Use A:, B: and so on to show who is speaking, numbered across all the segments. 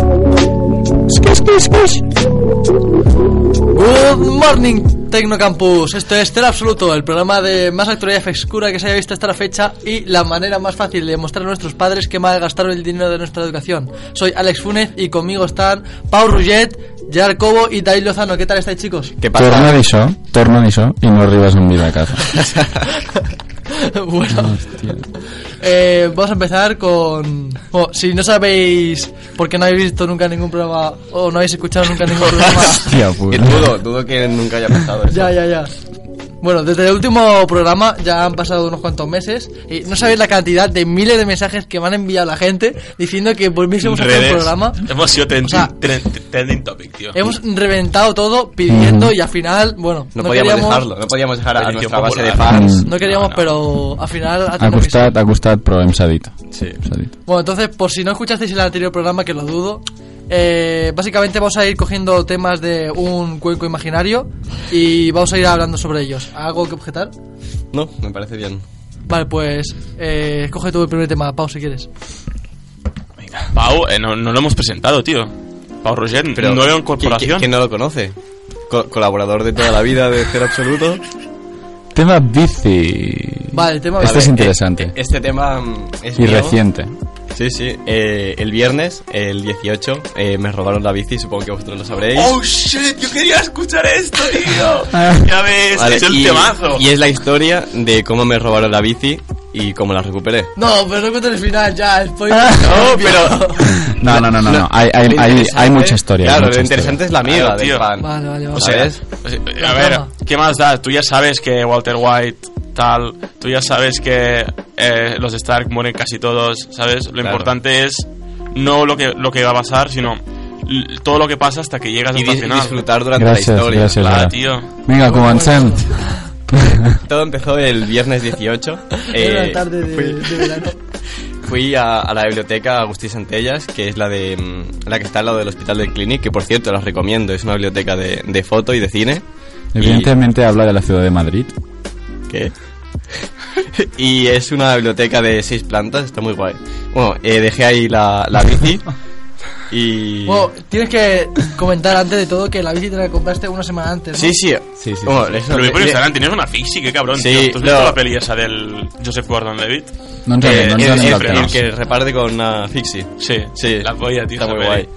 A: Skish, skish, skish. Good morning, Tecnocampus. Esto es Tela Absoluto, el programa de más actualidad frescura que se haya visto hasta la fecha y la manera más fácil de mostrar a nuestros padres que malgastaron el dinero de nuestra educación. Soy Alex Funes y conmigo están Pau Ruget, Gerard Cobo y David Lozano. ¿Qué tal estáis, chicos?
B: ¿Qué pasa?
C: Torna d'això, torna d'això i no arribes amb vida a casa.
A: bueno, eh, vamos a empezar con. bueno, si no sabéis, porque no habéis visto nunca ningún programa o no habéis escuchado nunca ningún programa.
C: Hòstia
B: Que
C: puta.
B: dudo, dudo que nunca haya pasado eso.
A: Ya, ya, ya. Bueno, desde el último programa ya han pasado unos cuantos meses y no sabéis la cantidad de miles de mensajes que me han enviado la gente diciendo que volviésemos a hacer el
D: Redes.
A: programa.
D: Hemos sido trending,
A: O sea,
D: tren- trending topic, tío.
A: Hemos reventado todo pidiendo y al final, bueno,
B: No, podíamos
A: queríamos,
B: dejarlo, no podíamos dejar a
D: Petición
B: nuestra base de
D: popular.
B: fans.
A: no queríamos,
D: No, no.
A: pero al final ha
C: Mm, Ha
A: tenido que ser.
C: costat, ha costat, però hem cedit.
B: Sí.
C: Hem cedit.
A: Bueno, entonces, por si no escuchasteis el anterior programa, que lo dudo, eh, básicamente vamos a ir cogiendo temas de un cuenco imaginario y vamos a ir hablando sobre ellos. ¿Algo que objetar?
B: No, me parece bien.
A: Vale, pues eh, escoge tú el primer tema, Pau, si quieres.
D: Pau, eh, no, no lo hemos presentado, tío. Pau Roger, nueva
B: ¿Quién,
D: incorporación.
B: quién no lo conoce? Co- colaborador de toda la vida de Cero Absoluto.
C: Tema bici.
A: Vale, el tema
C: Este
A: bici.
C: es interesante.
B: Eh, Este tema mm, es
C: I
B: mío.
C: reciente.
B: Sí, sí. Eh, el viernes, el 18, eh, me robaron la bici, supongo que vosotros lo sabréis.
D: Oh shit, yo quería escuchar esto, tío. ya ves,
B: Vale,
D: es el
B: y,
D: temazo.
B: y es la historia de cómo me robaron la bici y cómo la recuperé.
A: No, pero no cuentes el final ya, spoiler.
D: no, pero.
C: No, no, no, no, no. Hay, hay,
B: Lo
C: hay,
B: interesante-
C: hay mucha historia. hay
B: Claro,
C: mucha
B: lo interesante es la mierda
D: Claro,
B: del
D: tío.
B: fan.
A: Vale, vale, vale.
B: O sea, es-
D: O sea,
A: La
D: Eh, A ver,
A: trama.
D: ¿qué más da? Tú ya sabes que Walter White, tal. Tú ya sabes que eh, los Stark mueren casi todos, ¿sabes? Lo
B: Claro.
D: importante es no lo que, lo que va a pasar, sino l- todo lo que pasa hasta que llegas
B: y
D: hasta el
B: dis-
D: final.
B: disfrutar durante la
C: Gràcies,
B: historia.
C: gràcies.
D: Ah,
C: Gerard.
D: tío.
C: Vinga, comencem.
B: Todo empezó el viernes 18.
A: Era
B: Eh,
A: la tarde de,
B: fui,
A: de verano.
B: fui a, a la biblioteca Agustí Santellas, que es la de mm, la que está al lado del Hospital del Clinic, que por cierto las recomiendo, es una biblioteca de, de foto y de cine.
C: Evidentemente habla de la ciudad de Madrid.
B: Y, ¿qué? y es una biblioteca de seis plantas, está muy guay. Bueno, eh, dejé ahí la, la bici y...
A: Bueno, tienes que comentar antes de todo que la bici te la compraste una semana antes. ¿no?
B: Sí, sí.
C: Sí, sí,
B: Bueno,
C: sí, sí.
B: eso-
D: Pero vi por
B: eh,
D: Instagram, tenías una fixie, qué cabrón,
B: Sí,
D: tío. ¿Tú has visto
B: no.
D: la peli esa del Joseph Gordon-Levitt?
C: No ens
B: eh,
C: anem, no ens
B: es
C: anem
B: decir,
C: del tema.
B: que reparte con una fixie.
D: Sí,
B: Sí,
D: La polla, tío.
B: Está
D: esa
B: muy
D: peli.
B: guay.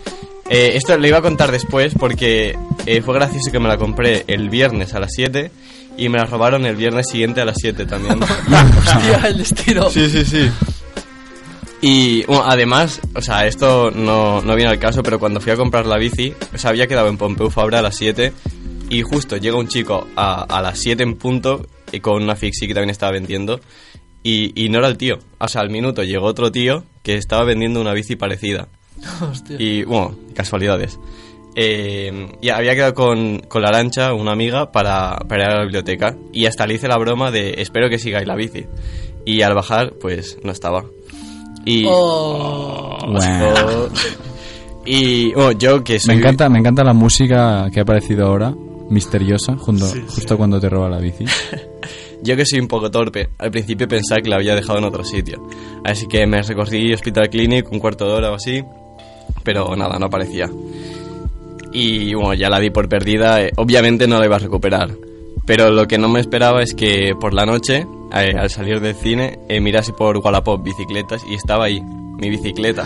B: Eh, esto lo iba a contar después porque eh, fue gracioso que me la compré el viernes a las 7 y me la robaron el viernes siguiente a las 7 también.
A: Hostia, el destino.
B: sí, sí, sí. Y bueno, además, o sea, esto no, no viene al caso, pero cuando fui a comprar la bici, o sea, había quedado en Pompeu Fabra a las 7 y justo llega un chico a, a las 7 en punto eh, con una fixie que también estaba vendiendo y, y no era el tío. O sea, al minuto llegó otro tío que estaba vendiendo una bici parecida.
A: Hostia.
B: Y bueno, casualidades. Eh, y había quedado con, con la lancha, una amiga, para, para ir a la biblioteca. Y hasta le hice la broma de espero que sigáis la bici. Y al bajar, pues no estaba. Y,
A: Oh.
C: Bueno.
B: Oh. y bueno, yo que
C: Me
B: soy.
C: encanta, me encanta la música que ha aparecido ahora, misteriosa, junto, justo cuando te roba la bici.
B: Yo que soy un poco torpe, al principio pensaba que la había dejado en otro sitio. Así que me recorrí Hospital Clinic un cuarto de hora o así, pero nada, no aparecía. Y bueno, ya la di por perdida, eh, obviamente no la iba a recuperar. Pero lo que no me esperaba es que por la noche, eh, al salir del cine, eh, mirase por Wallapop bicicletas y estaba ahí, mi bicicleta.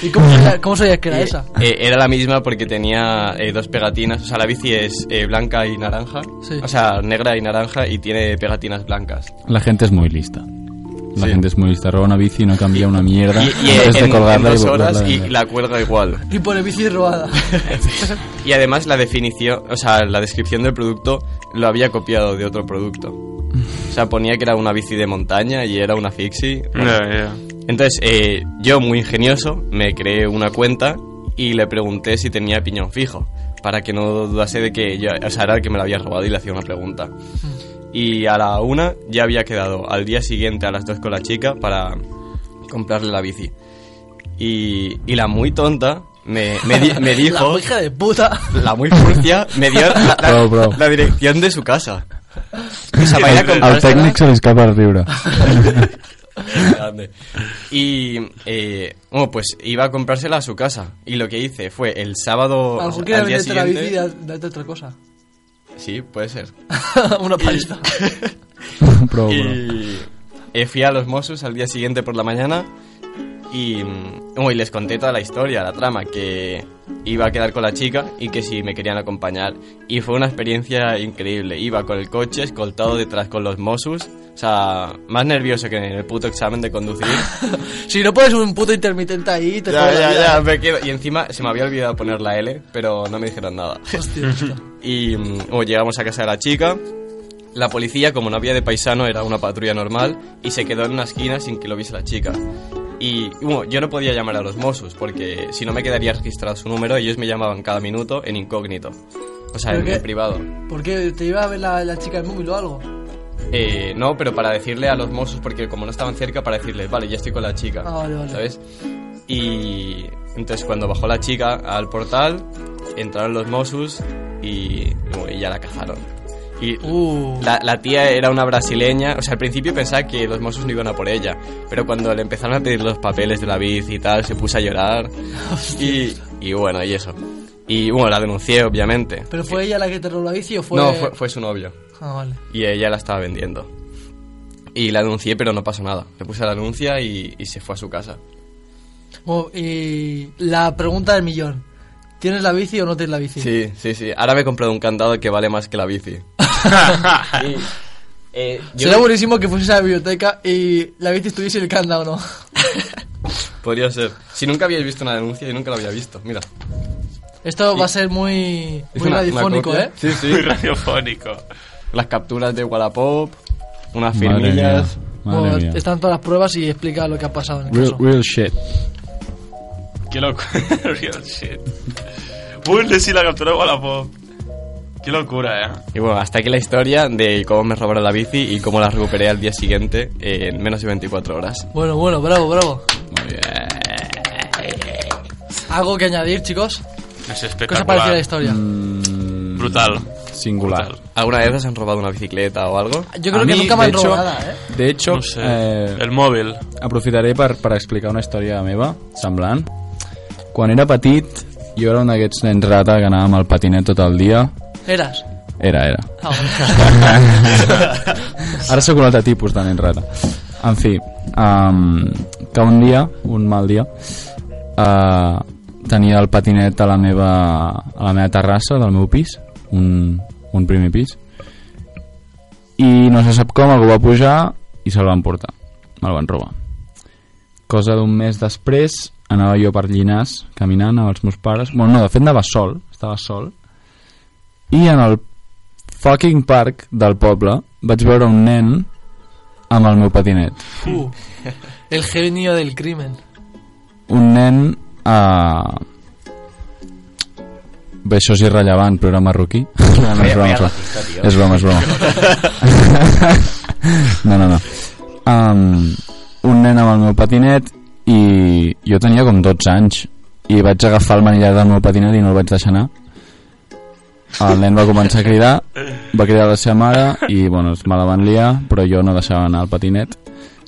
A: ¿Y cómo sabías, cómo sabías que era
B: Eh,
A: esa?
B: eh, era la misma porque tenía eh, dos pegatinas. O sea, la bici es eh, blanca y naranja.
A: Sí.
B: O sea, negra y naranja y tiene pegatinas blancas.
C: La gente es muy lista. La
B: Sí.
C: gente es muy lista. Roba una bici y no cambia una mierda.
B: Y, y,
C: antes de
B: en, en
C: colgarla y
B: dos
C: volverla a
B: horas y
C: vender.
B: la cuelga igual.
A: Y por el bici robada.
B: Y además la definición, o sea, la descripción del producto lo había copiado de otro producto. O sea, ponía que era una bici de montaña y era una fixie.
D: Ya, ya.
B: Entonces, eh, yo, muy ingenioso, me creé una cuenta y le pregunté si tenía piñón fijo, para que no dudase de que yo, o sea, era el que me lo había robado y le hacía una pregunta. Y a la una ya había quedado al día siguiente a las dos con la chica para comprarle la bici. Y, y la muy tonta me, me di- me
A: La
B: dijo,
A: hija de puta.
B: la muy furcia, me dio la, la-
C: Bro, bro.
B: la dirección de su casa. O sea, para ir a
C: Al
B: comprársela-
C: tècnic se li escapa el riure.
B: Grande. Y, eh, bueno, pues iba a comprársela a su casa. Y lo que hice fue el sábado
A: A lo mejor
B: al
A: quería
B: día
A: venderte la bici y
B: siguiente.
A: da- darte otra cosa.
B: Sí, puede ser.
A: Una palista.
C: Però, però.
B: Y eh, fui a los Mossos al día siguiente por la mañana y, mm, bueno, y les conté toda la historia, la trama, que iba a quedar con la chica y que si me querían acompañar. Y fue una experiencia increíble. Iba con el coche, escoltado detrás con los Mossos. O sea, más nervioso que en el puto examen de conducir.
A: Si no pones un puto intermitente ahí, te
B: ya,
A: jodas la
B: ya,
A: vida.
B: ya, me quedo. Y encima se me había olvidado poner la L, pero no me dijeron nada.
A: Hostia, hostia.
B: Y mm, bueno, llegamos a casa de la chica. La policía, como no había de paisano, era una patrulla normal y se quedó en una esquina sin que lo viese la chica. Y bueno, yo no podía llamar a los Mossos porque si no me quedaría registrado su número, ellos me llamaban cada minuto en incógnito. O sea,
A: ¿Pero
B: en,
A: qué?
B: en privado.
A: ¿Por qué? ¿Te iba a ver la, la chica del móvil o algo?
B: Eh, no, pero para decirle a los Mossos, porque como no estaban cerca, para decirles, vale, ya estoy con la chica.
A: Ah, vale, vale.
B: ¿Sabes? Y entonces cuando bajó la chica al portal, entraron los Mossos y, y bueno, y ya la cazaron. Y
A: Uh.
B: la, la tía era una brasileña, o sea, al principio pensaba que los Mossos no iban a por ella, pero cuando le empezaron a pedir los papeles de la bici y tal, se puso a llorar. y, y bueno, y eso. Y bueno, la denuncié, obviamente.
A: ¿Pero fue ella la que te robó la bici o fue...?
B: No, fue, fue su novio
A: Ah, vale.
B: y ella la estaba vendiendo. Y la denuncié, pero no pasó nada. Le puse la denuncia y, y se fue a su casa.
A: Bueno, Oh, y la pregunta del millón. ¿Tienes la bici o no tienes la bici?
B: Sí, sí, sí. Ahora me he comprado un candado que vale más que la bici. Y, eh, yo-
A: Sería buenísimo que fueses a la biblioteca y la bici estuviese en el candado, ¿no?
B: Podría ser. Si nunca habíais visto una denuncia, yo nunca la había visto. Mira.
A: Esto va a ser muy,
B: Es
A: muy
B: una- una
A: radiofónico,
B: copia.
A: ¿eh?
B: Sí, sí.
D: Muy radiofónico.
B: Las capturas de Wallapop, unas
C: Madre mía.
B: firmillas.
C: Madre
A: Bueno,
C: mía.
A: están todas las pruebas y explica lo que ha pasado en el
C: Real,
A: caso.
C: real shit.
D: Qué loco. Real shit. Uy, sí, la captura de Wallapop. Qué locura, eh.
B: Y bueno, hasta aquí la historia de cómo me robaron la bici y cómo la recuperé al día siguiente eh, en menos de 24 horas.
A: Bueno, bueno, bravo, bravo.
B: Muy bien.
A: ¿Algo que añadir, chicos?
D: Es
A: ¿Qué os ha parecido la
D: espectacular.
A: historia?
B: Mm,
D: Brutal.
C: Singular.
D: Brutal.
B: ¿Alguna vez os han robado una bicicleta o algo?
A: Ah, Yo creo que
C: A mi,
A: nunca me
C: de
A: han robado
C: hecho-
A: nada, ¿eh?
C: De hecho,
D: No sé.
C: eh,
D: El móvil.
C: aprofitaré per, per explicar una història meva, semblant. Quan era petit, jo era un d'aquests nens rata que anava amb el patinet tot el dia.
A: Eras.
C: Era, era.
A: Ah, bueno.
C: Ara sóc un altre tipus de nen rata. En fi, um, que un dia, un mal dia, uh, tenia el patinet a la meva, a la meva terrassa del meu pis, un, un primer pis, i no se sap com algú va pujar i se'l van portar. Me'l van robar. Cosa d'un mes després, anava jo per Llinars, caminant amb els meus pares. Bueno, no, de fet anava sol, estava sol, i en el fucking parc del poble vaig veure un nen amb el meu patinet.
A: Uh, el genio del crimen.
C: Un nen a... Bé, això és irrellevant, però era marroquí. No, no, és broma, és broma. És broma, és broma. No, no, no. Um, un nen amb el meu patinet i jo tenia com 12 anys i vaig agafar el manillar del meu patinet i no el vaig deixar anar. El nen va començar a cridar, va cridar la seva mare i, bueno, es me la van liar, però jo no deixava anar el patinet.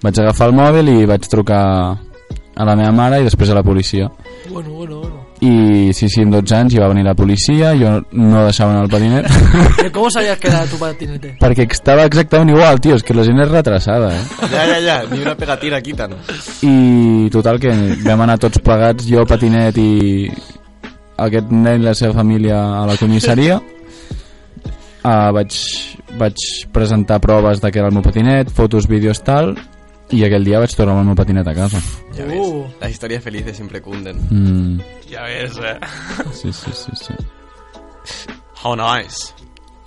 C: Vaig agafar el mòbil i vaig trucar a la meva mare i després a la policia
A: Bueno, bueno, bueno.
C: i sí, sí, amb 12 anys hi va venir la policia jo no deixava anar el patinet
A: ¿Pero ¿Cómo sabías que era tu patinete?
C: perquè estava exactament igual, tio, és que la gent és retrasada eh?
B: Ya, ya, ya, ni una pegatina quitan.
C: i total que vam anar tots plegats jo, patinet i aquest nen i la seva família a la comissaria uh, vaig, vaig presentar proves de que era el meu patinet fotos, vídeos, tal i aquell dia vaig tornar amb el meu patinet a casa
B: Ya
A: Uh.
B: ves, las historias felices siempre cunden.
C: mm,
D: Ya ves, eh.
C: sí, sí, sí, sí
D: How nice.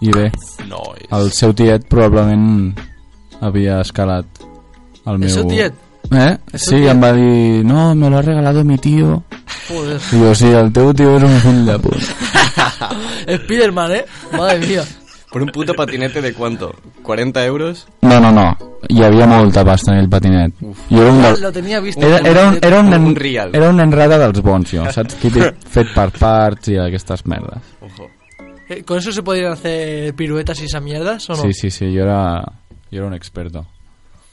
C: i bé,
D: Nice.
C: el seu tiet probablement havia escalat el meu...
A: Eso, tiet.
C: Eh?
A: Eso,
C: sí,
A: tiet.
C: em va dir, no, me lo ha regalado mi tío.
A: Joder.
C: I jo, sí, el teu tio és un fill de puta.
A: Spiderman, ¿eh? Madre mía.
B: Por un puto patinete de cuánto? ¿40 euros?
C: No, no, no. Hi havia molta pasta en el patinet. Jo era un del...
A: Lo tenía visto.
C: Era, era, un, era, un,
B: Un
C: nen-
B: real.
C: era una enrada dels bons, jo, saps? Típic fet per parts i aquestes merdes.
B: Ojo.
A: Eh, ¿Con eso se podían hacer piruetas y esas mierdas o no?
C: Sí, sí, sí, jo era, jo era un experto.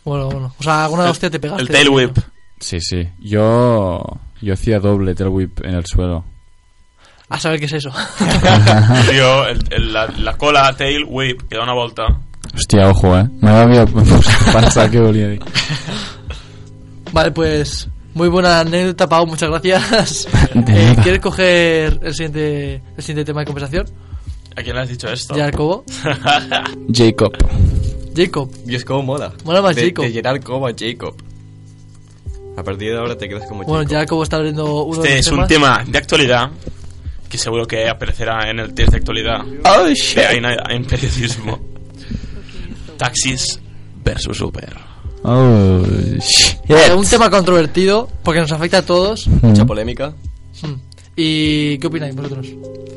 A: Bueno, bueno. O sea, alguna hostia te pegaste.
D: El tail whip.
C: Sí, sí. Yo, yo hacía doble tail whip en el suelo.
A: A saber qué es eso.
D: Tío, el- el- la, la cola tail whip que da una vuelta.
C: Hostia, ojo, eh. Me había pensado que volia dir.
A: vale, pues. Muy buena anécdota, Pau. Muchas gracias.
C: De
A: Eh,
C: nada.
A: ¿Quieres coger el siguiente, el siguiente tema de conversación?
D: ¿A quién le has dicho esto?
A: Jacobo.
C: Jacob.
A: Jacob.
B: Dios, cómo mola.
A: Mola más
B: de,
A: Jacob.
B: De Gerard Cobo a Jacob. A partir de ahora te quedas como
A: Bueno,
B: Jacob.
A: Jacobo está abriendo uno de
D: Este
A: los
D: es un
A: temas.
D: tema de actualidad que seguro que aparecerá en el test de actualidad
B: Oh,
D: que hay en, en periodismo. Taxis versus Uber.
C: Oh, shit.
A: Eh, un tema controvertido porque nos afecta a todos.
B: Mucha polémica.
A: Mm. ¿Y qué opináis vosotros?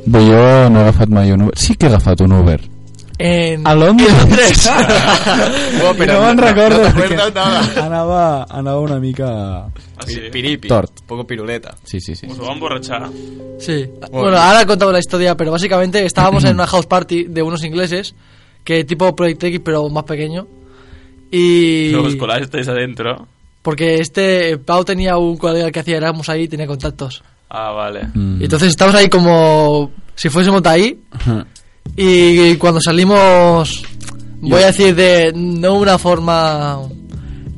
C: Bé, jo no he agafat mai un Uber. Sí que he agafat un Uber.
A: En...
C: A Londres.
B: Bueno, pero
C: no me'n
B: no-
C: recordo.
B: no te
C: perquè
B: acuerdas nada.
C: Anava, anava una mica...
D: Así.
B: Piripi.
C: Tort.
B: Un poco piruleta.
C: Sí, sí, sí.
D: Os va a emborrachar.
A: Sí. Bueno, ahora contamos la historia, pero básicamente estábamos en una house party de unos ingleses, que tipo Project X, pero más pequeño. Y...
D: Luego os colasteis adentro.
A: Porque este Pau tenía un colega que hacía Erasmus ahí y tenía contactos.
D: Ah, vale.
C: Mm.
A: Y entonces estamos ahí como si fuésemos de ahí. Y cuando salimos, voy a decir de no una forma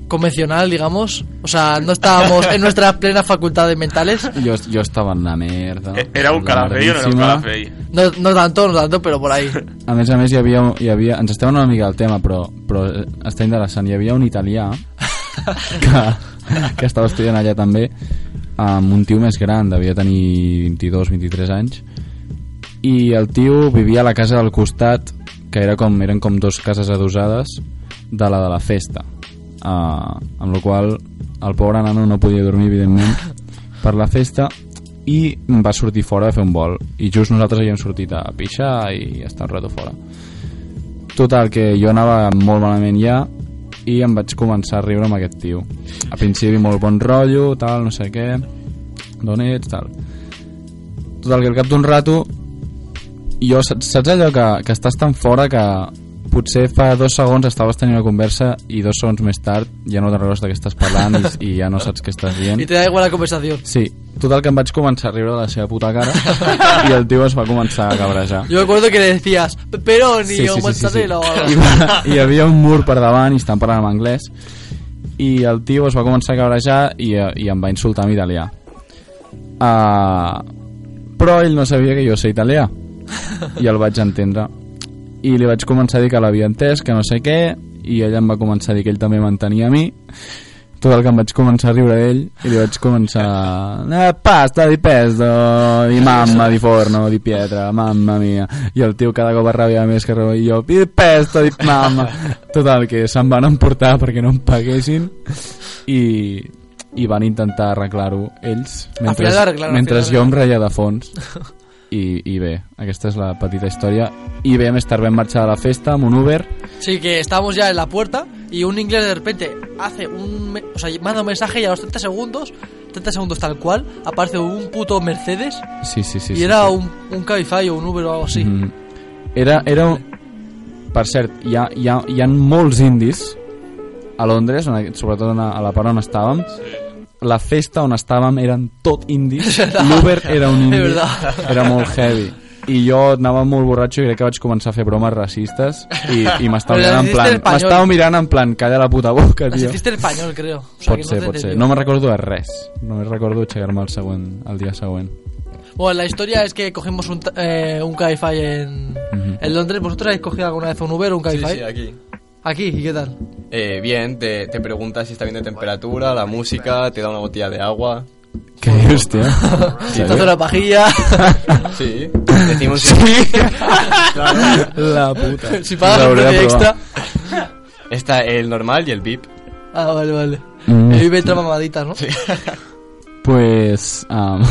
A: convencional, digamos. O sea, no estábamos en nuestras plenas facultades mentales.
C: Jo, jo estava en la merda.
D: Eh, ¿Era
C: La
D: un calafell o no era un
C: merdíssima.
D: calafell?
A: No, no tanto, no tanto, pero por ahí.
C: A més a més, hi havia, hi havia, ens estava una mica al tema, però, però eh, està interessant. Hi havia un italià que, que estava estudiant allà també amb un tio més gran, devia tenir 22-23 anys, i el tio vivia a la casa del costat, que era com, eren com dos cases adosades, de la de la festa. Uh, amb la qual cosa el pobre nano no podia dormir, evidentment, per la festa, i va sortir fora a fer un vol. I just nosaltres havíem sortit a pixar i estar un rato fora. Total, que jo anava molt malament ja i em vaig començar a riure amb aquest tio. A principi molt bon rotllo, tal, no sé què, d'on ets, tal. Total, que al cap d'un rato jo, saps, saps allò que, que estàs tan fora que potser fa dos segons estaves tenint una conversa i dos segons més tard ja no t'arregles de què estàs parlant i, i ja no saps què estàs dient
A: Y te da igual la conversación.
C: Sí, total que em vaig començar a riure de la seva puta cara i el tio es va començar a cabrejar.
A: Yo recuerdo que le decías, pero ni yo o algo así.
C: I, va- i hi havia un mur per davant i estan parlant en anglès i el tio es va començar a cabrejar i, i em va insultar en italià. Uh, però ell no sabia que jo sé italià i el vaig entendre i li vaig començar a dir que l'havia entès, que no sé què i ell em va començar a dir que ell també m'entenia a mi tot el que em vaig començar a riure d'ell i li vaig començar eh, pasta di pesto di mamma di forno di pietra mamma mia i el tio cada cop arrabiava més que arrabiava i jo di pesto di mamma total que se'n van emportar perquè no em paguessin i, i van intentar arreglar-ho ells mentre,
A: final l'arreglaron,
C: mentre
A: al final
C: jo em reia de fons i, i bé, aquesta és la petita història i bé, més tard vam marxar a la festa amb un Uber
A: Sí, que estábamos ya en la puerta y un inglés de repente hace un... me- O sea, manda un mensaje y a los 30 segundos, 30 segundos tal cual, aparece un puto Mercedes
C: sí, sí, sí,
A: y
C: sí,
A: era
C: sí.
A: Un, un Cabify o un Uber o algo así.
C: Mm. Era, era un... Per cert, hi ha, hi, ha, hi ha molts indis a Londres, en, aqu- sobretot en, a la part on estàvem. La festa on estàvem eren tot indis. L'Uber era un
A: És
C: indi.
A: veritat.
C: Era molt heavy. I jo anava molt borratxo i crec que vaig començar a fer bromes racistes i, i m'estava
A: Però
C: mirant en
A: racistes
C: plan...
A: espanyols.
C: M'estava mirant en plan, calla la puta boca,
A: Las
C: tio.
A: hiciste en español, creo. O sea,
C: Pot
A: que
C: ser,
A: no te
C: pot ser.
A: entendió.
C: No me'n recordo de res. Només recordo aixecar-me el, següent, el dia següent.
A: Bueno, la historia es que cogimos un, ta- eh, un Cabify en, en Londres. ¿Vosotros habéis cogido alguna vez un Uber o un
B: Sí,
A: Cabify?
B: sí, aquí.
A: Aquí, ¿y qué tal?
B: Eh, bien, te, te pregunta si está bien de temperatura, la música, te da una botella de agua.
C: Que dius, tio?
A: Te hace una pajilla.
B: Sí. Decimos que...
C: La puta.
A: si pagas
C: Ho
A: un
C: hauré de
A: precio
C: provar.
A: extra.
B: Está el normal y el VIP.
A: Ah, vale, vale.
C: Mm.
A: El vive entra mamaditas, ¿no?
C: Pues... Um,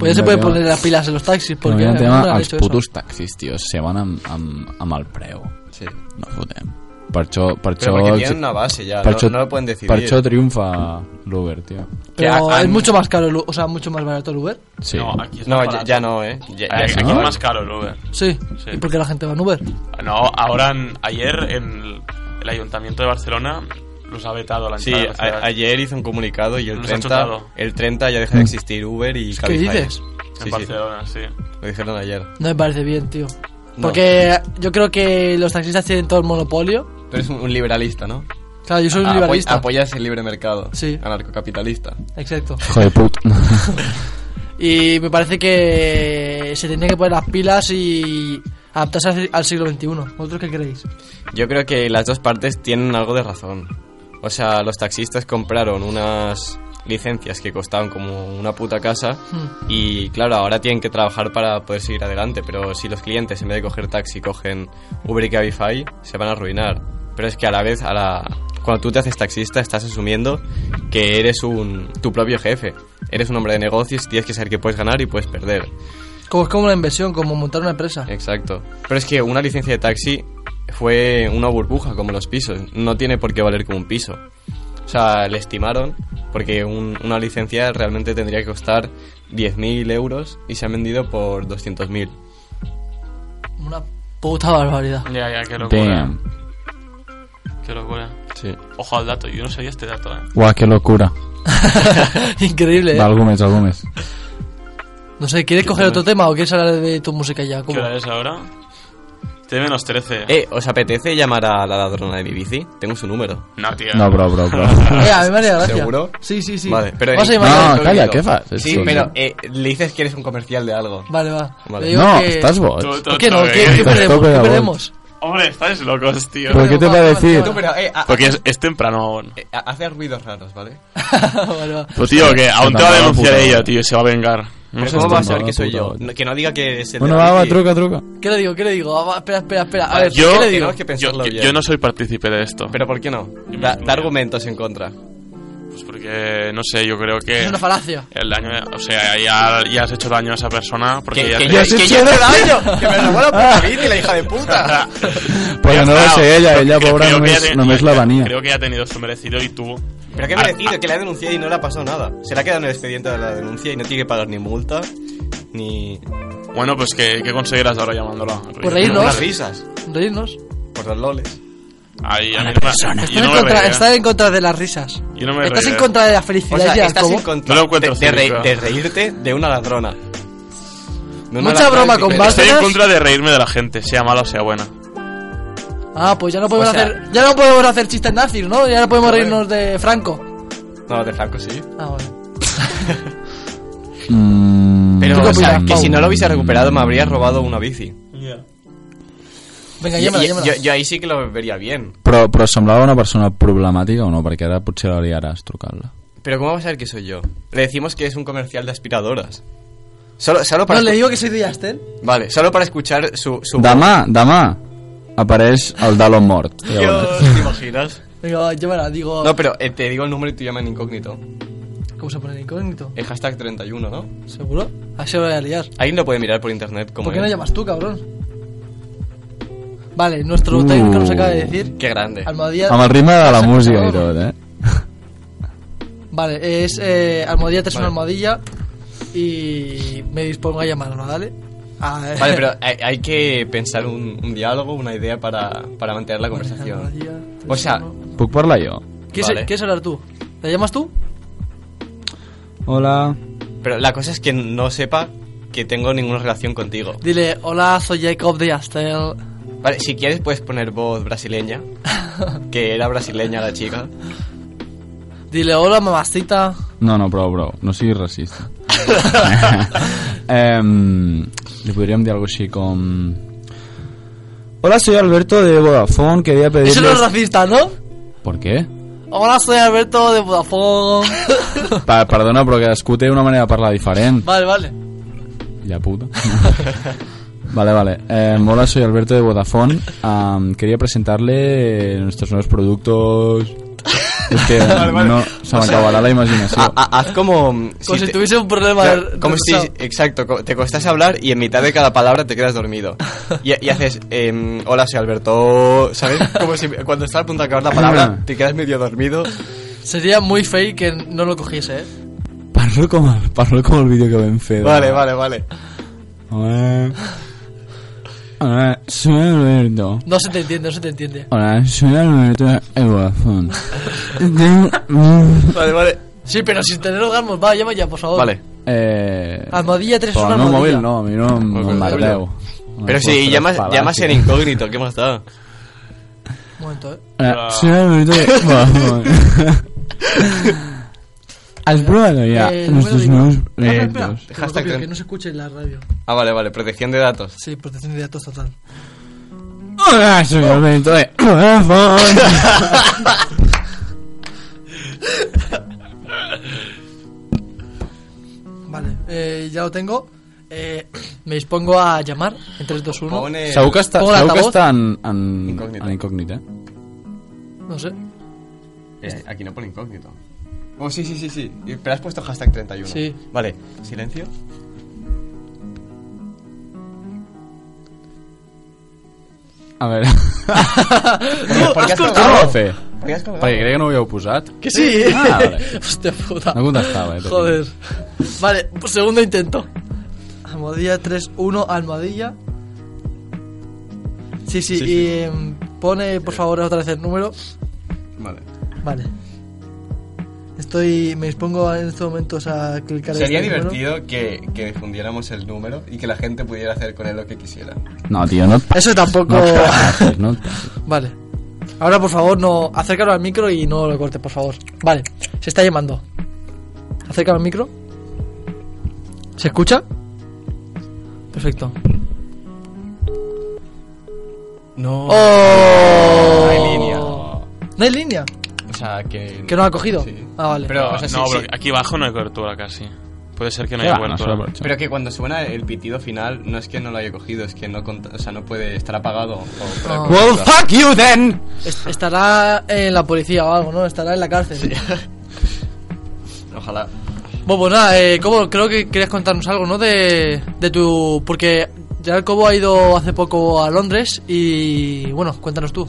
A: Pues ya se puede poner las pilas en los taxis, porque
C: Porque el tema,
A: no han
C: els
A: hecho eso.
C: putos taxis, tio, se van amb, amb, amb el preu.
B: Sí.
C: No fotem. Per això...
B: Pero
C: Per això
B: porque
C: exi-
B: tienen una base ya,
C: per
B: no,
C: això-
B: no lo pueden decidir.
C: Per això triomfa l'Uber, tio.
A: Pero
D: Que han-
A: es mucho más caro, el U- o sea, mucho más barato el Uber.
C: Sí.
D: No, aquí es
B: No,
D: más
B: ya,
D: barato.
B: ya no, ¿eh? Ya, ya
D: Eh,
B: se
D: aquí
C: no.
D: es
B: acabó.
D: más caro el Uber.
A: Sí.
D: Sí.
A: ¿Y por qué la gente va en Uber?
D: No, ahora en- ayer en el, el Ayuntamiento de Barcelona los ha vetado la
B: Sí,
D: entrada. a la ciudad.
B: a- ayer hizo un comunicado y el
D: Nos ha
B: 30,
D: chutado.
B: el 30 ya deja de existir Uber y
A: Mm. ¿Qué
B: Cabify.
A: dices?
D: en
B: Sí, sí,
D: Barcelona, sí.
B: lo dijeron ayer.
A: No me parece bien, tío.
B: No.
A: Porque yo creo que los taxistas tienen todo el monopolio.
B: Tú eres un un liberalista, ¿no? Ah,
A: Claro, yo soy un
B: Apoy-
A: liberalista.
B: apoyas el libre mercado.
A: Sí.
B: Anarcocapitalista.
A: Exacto.
C: Hijo de put.
A: Y me parece que se tendría que poner las pilas y adaptarse al- al siglo XXI. ¿Vosotros qué creéis?
B: Yo creo que las dos partes tienen algo de razón. O sea, los taxistas compraron unas licencias que costaban como una puta casa
A: Hmm.
B: y claro, ahora tienen que trabajar para poder seguir adelante, pero si los clientes en vez de coger taxi cogen Uber y Cabify, se van a arruinar. Pero es que a la vez, a la... cuando tú te haces taxista, estás asumiendo que eres un... tu propio jefe. Eres un hombre de negocios y tienes que saber que puedes ganar y puedes perder.
A: Como es como una inversión, como montar una empresa.
C: Eh.
B: Exacto. Pero es que una licencia de taxi fue una burbuja, como los pisos. No tiene por qué valer como un piso. O sea, le estimaron, porque un- una licencia realmente tendría que costar 10.000 euros y se han vendido por 200.000.
A: Una puta barbaridad.
D: Ya, ya, qué locura.
C: Damn.
D: Qué locura.
B: Sí.
D: Ojo al dato, yo no sabía este dato, ¿eh?
C: Uah, que locura.
A: Increíble, ¿eh?
C: Va, algú més, algú més.
A: No sé, ¿quieres coger otro tema o quieres hablar de tu música ya?
D: ¿Qué
A: ¿Cómo?
D: hora es ahora? T menos 13.
B: Eh, ¿os apetece llamar a la ladrona de mi bici? Tengo su número.
D: No, tío.
C: No, bro, bro, bro.
A: Eh, a mí me haría gracia.
B: ¿Seguro?
A: Sí, sí, sí.
B: Vale, pero... eh,
A: Vas a llamar a-
C: No, calla, ¿qué fas?
B: Sí,
C: Sí.
B: pero eh, le dices que eres un comercial de algo.
A: Vale, va.
B: Vale.
A: Le digo
C: No,
A: que-
C: estás boig.
D: Tú- tú-
A: ¿Por qué no?
D: tú-
A: ¿Qué, qué
D: eh.
C: Estás
A: perdemos?
C: tope de
A: ¿Qué
C: boig.
A: perdemos?
D: Hombre, estáis locos, tío.
A: Pues-
C: ¿Pero qué te va a decir?
B: Tú, pero eh,
C: Pues-
B: ha-
D: Porque es, es temprano aún.
B: eh, hace ruidos raros, ¿vale?
A: Vale, va.
C: Pues
D: tío, que aún te va a
C: Puta
D: denunciar
C: madre.
D: ella, tío, y se va a vengar. No
B: Pero
D: sé
B: ¿Cómo
D: esto.
B: vas a saber que soy
C: puta
B: yo?
C: madre.
B: No, que no diga que es el
C: Bueno,
B: de la
C: va, va,
B: bici.
C: truca, truca.
A: ¿Qué le digo? ¿Qué le digo? Ah, va, espera, espera, espera. A ver,
D: Yo-
A: ¿qué le digo?
B: Tenemos que pensarlo
D: Yo, yo-
B: bien.
D: yo no soy partícipe de esto.
B: Pero ¿por qué no?
D: me
B: Da,
D: incluyo.
B: da argumentos en contra.
D: Pues porque, no sé, yo creo que.
A: Es una falacia.
D: El daño, o sea, ya, ya has hecho daño a esa persona. Porque
B: Que,
D: ya
B: que
D: te-
B: yo,
C: has
B: que
C: hecho
B: yo he hecho daño, que me robó la puta bici, la hija de puta.
C: Perquè
D: Ya
C: Pues no va
D: está.
C: ser ella,
D: Creo-
C: ella,
D: creo
C: pobra,
D: que ya
C: només,
D: te-
C: només
D: ya-
C: la venia.
D: Creo que ya ha tenido su merecido y tú.
B: Pero qué merecido, que la ha denunciado y no le ha pasado nada. Se le ha quedado en el expediente de la denuncia y no tiene que pagar ni multa, ni...
D: Bueno, pues que, que conseguirás ahora llamándola.
A: Por reírnos.
B: Unas risas,
A: Reírnos.
B: por los loles.
D: Ay, a mí no me- yo
A: Estás,
D: no
A: en
D: me
A: contra,
D: reiría.
A: estás en contra de las risas.
D: Yo no me
A: estás en
D: reiré.
A: contra de la
B: O
A: felicidad
B: sea,
A: y del
B: estás
A: cómo.
B: en contra
D: No lo encuentro
B: de, de re-
D: cínico.
B: de reírte de una ladrona. De una
A: Mucha
B: ladrona
A: broma
B: que-
A: con
B: que-
A: Bas-
D: Estoy en
A: ¿Personas?
D: contra de reírme de la gente, sea mala o sea buena.
A: Ah, pues ya no podemos
B: O sea-
A: hacer ya no podemos hacer chistes nazis, ¿no? Ya no podemos
B: Joder.
A: reírnos de Franco.
B: No, de Franco sí.
A: Ah, vale.
C: Mm,
B: Pero,
A: ¿Tú qué
B: o sea,
A: opinas,
B: que
A: Pau?
B: si no lo hubiese recuperado me habría robado una bici.
A: Venga,
B: Y-
A: llámala,
B: y-
A: llámala.
B: yo, yo ahí sí que lo vería bien.
C: però, però semblava una persona problemàtica o no? Perquè ara potser la liaràs trucant-la.
B: Pero ¿cómo va a saber que soy yo? Le decimos que es un comercial de aspiradoras. Solo, solo para
A: No, le
B: escu-
A: digo que soy de Yastel.
B: Vale, solo para escuchar su... su
C: Demà, demà, apareix el Dalo mort. Ja
B: Dios,
C: veuràs.
B: ¿te imaginas?
A: Venga, va, llámala, digo.
B: No, pero eh, te digo el número y tú llama en incógnito.
A: ¿Cómo se pone el incógnito?
B: El hashtag 31, ¿no?
A: ¿Seguro? Así lo voy a liar.
B: Alguien lo puede mirar por internet como...
A: ¿Por qué no
B: es.
A: llamas tú, cabrón? Vale, nuestro
C: Uh.
A: técnico nos acaba de decir.
B: Qué grande.
A: Almohadilla.
C: Amb el ritme de la
A: Passa,
C: música i
A: cabrón.
C: tot, eh?
A: Vale, es eh, almohadilla 3 una
B: Vale.
A: almohadilla. Y me dispongo a llamarla, ¿vale? Ah,
B: Vale, pero hay, hay que pensar un, un diálogo, una idea para, para mantener la conversación.
A: Almohadilla, tres,
B: O sea,
A: uno.
C: Puc parlar jo?
A: ¿Quieres,
B: vale.
A: quieres hablar tú? ¿La llamas tú?
C: Hola.
B: Pero la cosa es que no sepa que tengo ninguna relación contigo.
A: Dile, hola, soy Jacob de Yastel.
B: Vale, si quieres puedes poner voz brasileña, que era brasileña la chica.
A: Dile, hola, mamacita.
C: No, no, prou, prou. No siguis racista. em, li podríem dir alguna cosa així com... Hola, soy Alberto de Vodafone, quería
A: Eso no es
C: pedirles...
A: racista, ¿no?
C: ¿Por qué?
A: Hola, soy Alberto de Vodafone.
C: Pa perdona, però cadascú té una manera de parlar diferent.
A: vale, vale.
C: Ja puta. Vale, vale. Eh, hola, soy Alberto de Vodafone. Am, quería presentarle nuestros nuevos productos. Es que
D: vale.
C: no se me acabará la imaginación.
B: Ha- ha- Ah, haz como. mm,
A: Como si
B: te-
A: tuviese un problema
B: Claro,
A: de-
B: como
A: de
B: si,
A: rosado.
B: exacto, co- te costas hablar y en mitad de cada palabra te quedas dormido. Y, y haces, em, hola, soy Alberto, ¿sabes? Como si cuando está a punto de acabar la palabra te quedas medio dormido.
A: Sería muy fake que no lo cogiese, ¿eh?
C: Parlo com, el- parlo com el vídeo que vam fer. de-
B: Vale, vale, vale.
C: Hola. Hola, soy Alberto.
A: No se te entiende, no se te entiende.
C: Hola, soy Alberto de Vodafone. Tengo-
B: Vale, vale.
A: Sí, pero sin tener orgasmos, va, llama ya, por favor.
B: Vale.
C: Eh,
A: Almohadilla 3
C: Però
A: una
C: el meu
A: almohadilla.
C: mòbil no, a mi no em no em marqueu.
B: Pero sí, llamas, llamas en incógnito, ¿qué más da?
A: Un momento, ¿eh?
C: Eh, Sí, la verdad que- Bueno. Has probado ya
A: Eh,
C: nuestros
A: número
C: nuevos
A: de- Ah, espera, espera,
C: proyectos.
A: que lo
B: Hashtag
A: copio,
B: tren.
A: que no se escuche en la radio.
B: Ah, vale, vale, protección de datos.
A: Sí, protección de datos total.
C: Hola, soy Alberto de Vodafone.
A: Vale, eh, ya lo tengo. Eh, me dispongo a llamar en 3, 2, 1.
B: Pone-
C: eh, Segur que està,
A: Pongo el
C: segur que
A: altavoz.
C: està en, en,
B: Incógnito.
C: en incògnit, eh?
A: No sé.
B: Eh, aquí no pone incógnito. Oh, sí, sí, sí, sí. Y- Pero has puesto hashtag 31.
A: Sí.
B: Vale, silencio.
C: A Ah. veure...
B: ¿Por qué has
C: Com ho
B: colgado?
C: va fer?
B: ¿Por qué has colgado?
C: Perquè crec que no ho havíeu posat.
A: Que sí.
C: Ah, vale.
A: Hostia puta.
C: No contestaba, eh, pero-
A: Joder. Vale, pues segundo intento. Almohadilla 3, 1, almohadilla. Sí, sí,
B: Sí,
A: y
B: sí.
A: em, pone por favor otra vez el número.
B: Vale.
A: Vale. Estoy. Me dispongo en estos momentos a clicar
B: Sería
A: este número.
B: divertido que, que difundiéramos el número y que la gente pudiera hacer con él lo que quisiera.
C: No, tio, no et passis.
A: Eso tampoco.
C: No et passis, no et passis.
A: vale. Ahora por favor no. Acércalo al micro y no lo cortes, por favor. Vale. Se está llamando. Acércalo al micro. ¿Se escucha? Perfecto.
B: No.
A: ¡Oh!
B: No hay línea.
A: No hay línea.
B: O sea, que...
A: Que no ha cogido.
B: Sí.
A: Ah, vale.
B: Pero,
D: Ah,
B: o sea, sí,
D: no,
B: sí.
D: pero aquí abajo no hay cobertura casi. Puede ser que no
C: Què
D: haya
C: va, no
D: cobertura.
C: sóc borratxo.
B: Pero que cuando suena el pitido final, no es que no lo haya cogido, es que no, cont- o sea, no puede estar apagado. o-
A: No.
C: Well, fuck you, then!
A: Est- estará en la policía o algo, ¿no? Estará en la cárcel.
B: Ojalá.
A: Bueno, pues nada, eh, Cobo, creo que querías contarnos algo, ¿no? De, de tu. Porque ya el Cobo ha ido hace poco a Londres y. Bueno, cuéntanos tú.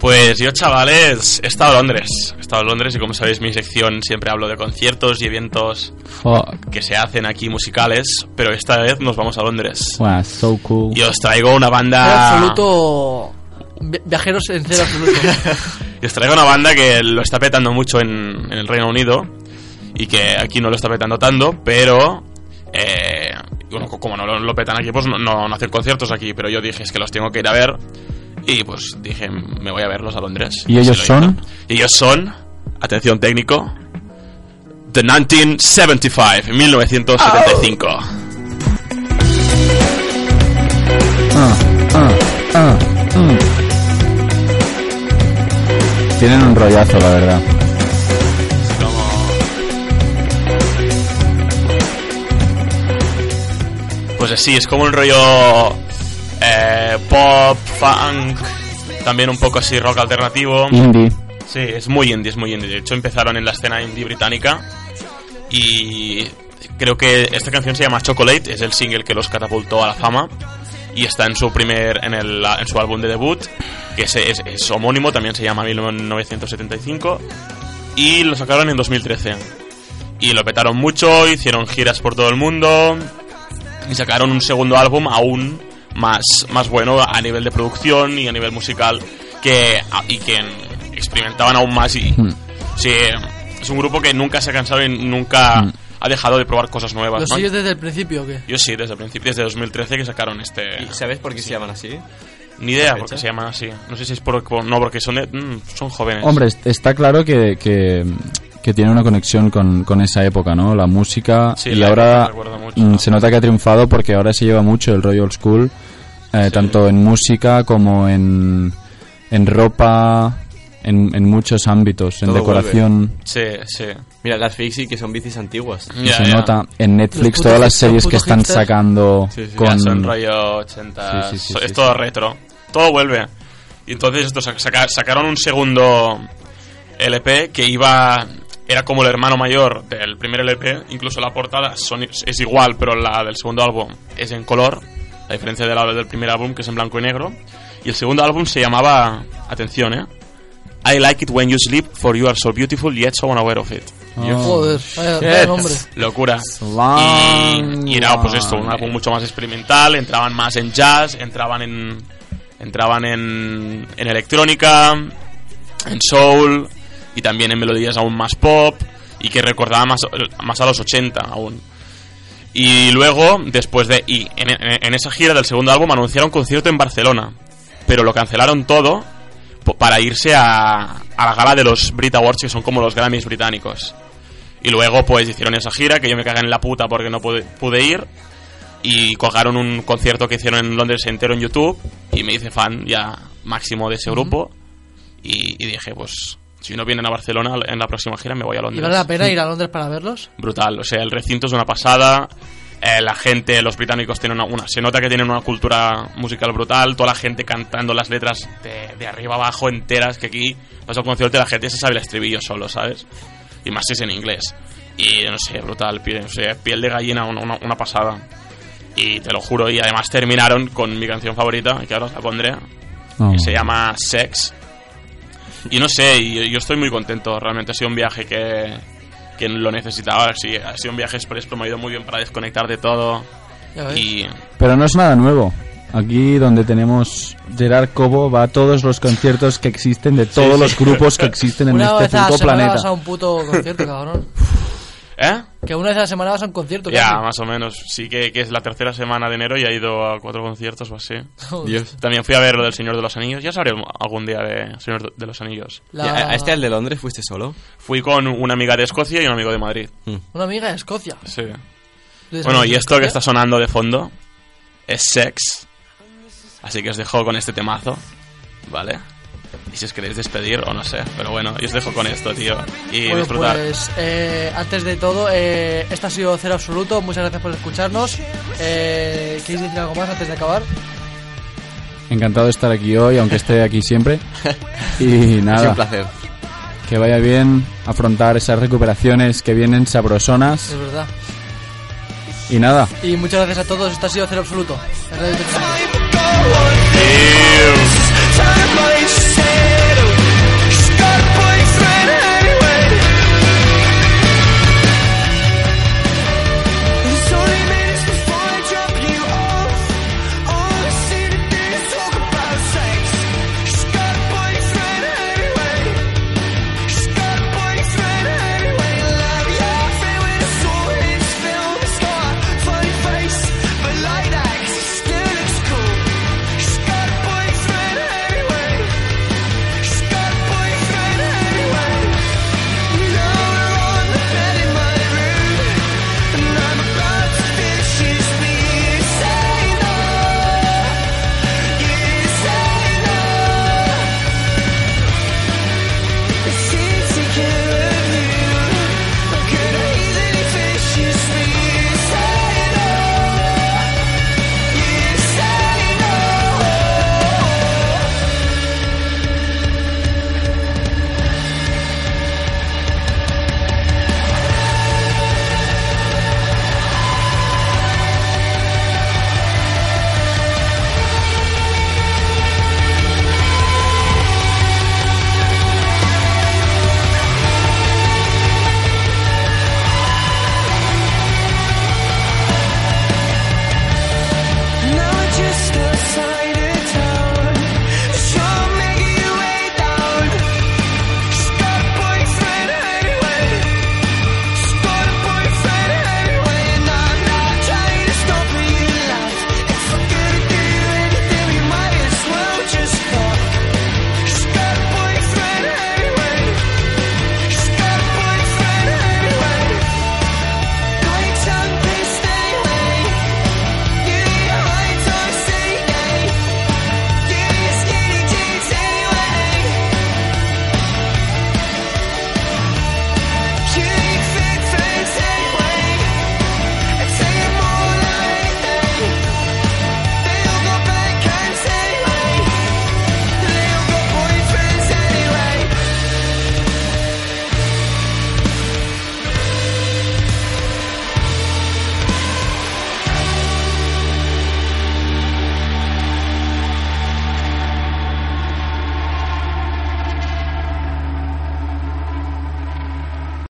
D: Pues yo, chavales, he estado en Londres. He estado en Londres y como sabéis, mi sección siempre hablo de conciertos y eventos
C: Fuck.
D: que se hacen aquí musicales, pero esta vez nos vamos a Londres.
C: Wow, so cool.
D: Y os traigo una
A: En
D: banda...
A: absoluto. vi- Viajeros en cero absoluto.
D: Y os traigo una banda que lo está petando mucho en, en el Reino Unido y que aquí no lo está petando tanto, pero... eh, bueno, co- como no lo, lo petan aquí, pues no, no- no hacen conciertos aquí, pero yo dije, es que los tengo que ir a ver. Y pues dije, me voy a verlos a Londres.
C: ¿Y ellos
D: Así lo
C: son?
D: hice. Y ellos son, atención técnico, The 1975, 1975.
C: Ah, ah, ah, mm. Tienen un rollazo, la verdad.
D: Pues sí, es como un rollo eh, pop, funk, también un poco así rock alternativo.
C: Indie.
D: Sí, es muy indie, es muy indie. De hecho, empezaron en la escena indie británica y creo que esta canción se llama Chocolate, es el single que los catapultó a la fama y está en su primer en, el, en su álbum de debut que es, es- es homónimo, también se llama 1975 y lo sacaron en 2013 y lo petaron mucho, hicieron giras por todo el mundo y sacaron un segundo álbum aún más, más bueno a nivel de producción y a nivel musical que y que experimentaban aún más y
C: Mm.
D: sí, es un grupo que nunca se ha cansado y nunca
C: Mm.
D: ha dejado de probar cosas nuevas.
A: ¿Los
D: ¿no?
A: sigues desde el principio o qué?
D: Yo sí, desde el principio, desde 2013 que sacaron este.
B: ¿Y sabes por qué se llaman así?
D: Ni idea
B: fecha?
D: por qué se llaman así. No sé si es por. por- no, porque son, de- mm, son jóvenes.
C: Hombre, est- está claro que, que, que tiene una conexión con, con esa época, ¿no? La música.
D: Sí,
C: y
D: la
C: ahora
D: época recuerda mucho.
C: mm, se nota que ha triunfado porque ahora se lleva mucho el rollo old school, eh, tanto en música como en, en ropa, en, en muchos ámbitos, en
B: Todo
C: decoración.
D: Sí, sí.
B: Mira, las Fixie que son bicis antiguas.
C: Y
D: Ya,
C: se
D: ya.
C: nota en Netflix
A: putos-
C: todas las
A: los
C: series que
A: putos
C: están
A: hipsters.
C: sacando
B: Sí, sí, ya
D: Ya
C: con...
D: son rollo 80.
C: Sí, sí, sí,
D: So-
C: sí,
D: es todo retro. Todo vuelve. Y entonces esto, saca- saca- sacaron un segundo LP que iba. Era como el hermano mayor del primer LP. Incluso la portada son- es igual, pero la del segundo álbum es en color. A diferencia de la del primer álbum, que es en blanco y negro. Y el segundo álbum se llamaba. Atención, eh. I like it when you sleep, for you are so beautiful, yet so unaware of it.
A: Joder, vaya, vaya
B: Eh,
A: nombre.
D: Locura.
C: Long
D: Y, y era pues esto, un
C: line.
D: álbum mucho más experimental, entraban más en jazz, entraban en entraban en, en electrónica, en soul y también en melodías aún más pop y que recordaba más, más a los 80 aún. Y luego, después de... Y en, en- en esa gira del segundo álbum anunciaron concierto en Barcelona, pero lo cancelaron todo po- para irse a, a la gala de los Brit Awards, que son como los Grammys británicos. Y luego pues hicieron esa gira que yo me cagué en la puta porque no pude, pude ir. Y colgaron un concierto que hicieron en Londres entero en YouTube. Y me hice fan ya máximo de ese grupo. y, y dije, pues si no vienen a Barcelona en la próxima gira me voy a
A: ¿Y
D: Londres.
A: vale la pena ir a Londres para verlos?
D: Brutal, o sea, el recinto es una pasada. eh, la gente, los británicos tienen una, una- Se nota que tienen una cultura musical brutal. Toda la gente cantando las letras de, de arriba abajo enteras. Que aquí vas a un concierto y la gente se sabe el estribillo solo, ¿sabes? Y más si es en inglés. Y no sé, brutal. Piel, o sea, piel de gallina, una, una- una pasada. Y te lo juro. Y además terminaron con mi canción favorita, que ahora os la pondré
C: Oh.
D: que se llama Sex. Y no sé, y yo, yo estoy muy contento. Realmente ha sido un viaje que, que lo necesitaba. Sí, ha sido un viaje express, pero me ha ido muy bien para desconectar de todo.
A: Ya ves.
D: Y
C: Pero no es nada nuevo. Aquí donde tenemos Gerard Cobo va a todos los conciertos que existen de todos los grupos que existen en
A: una
C: este
A: vez a la
C: puto
A: semana vas
C: planeta.
A: a un puto concierto, cabrón.
D: ¿Eh?
A: Que una vez a la semana vas a un concierto,
D: Ya,
A: casi.
D: más o menos. Sí que, que es la tercera semana de enero y ha ido a cuatro conciertos o así.
A: Joder.
B: Dios.
D: También fui a ver lo del Señor de los Anillos. Ya sabré algún día de Señor de los Anillos.
A: La-
B: ¿Y a, a este, al de Londres, fuiste solo?
D: Fui con una amiga de Escocia y un amigo de Madrid.
A: Una amiga de Escocia.
D: Sí.
A: ¿De
D: Bueno,
A: Escocia?
D: y esto que está sonando de fondo es Sex. Así que os dejo con este temazo, ¿vale? Y si os queréis despedir o no sé, pero bueno, yo os dejo con esto, tío. Y
A: Bueno,
D: disfrutar.
A: pues eh, antes de todo, eh, este ha sido Cero Absoluto. Muchas gracias por escucharnos. Eh, ¿Queréis decir algo más antes de acabar?
C: Encantado de estar aquí hoy, aunque esté aquí siempre. Y
B: Ha sido un
C: nada,
B: placer.
C: que vaya bien afrontar esas recuperaciones que vienen sabrosonas.
A: Es verdad.
C: Y nada,
A: Y muchas gracias a todos. Esto ha sido Cero Absoluto. En Radio Tecnología.
D: Adiós.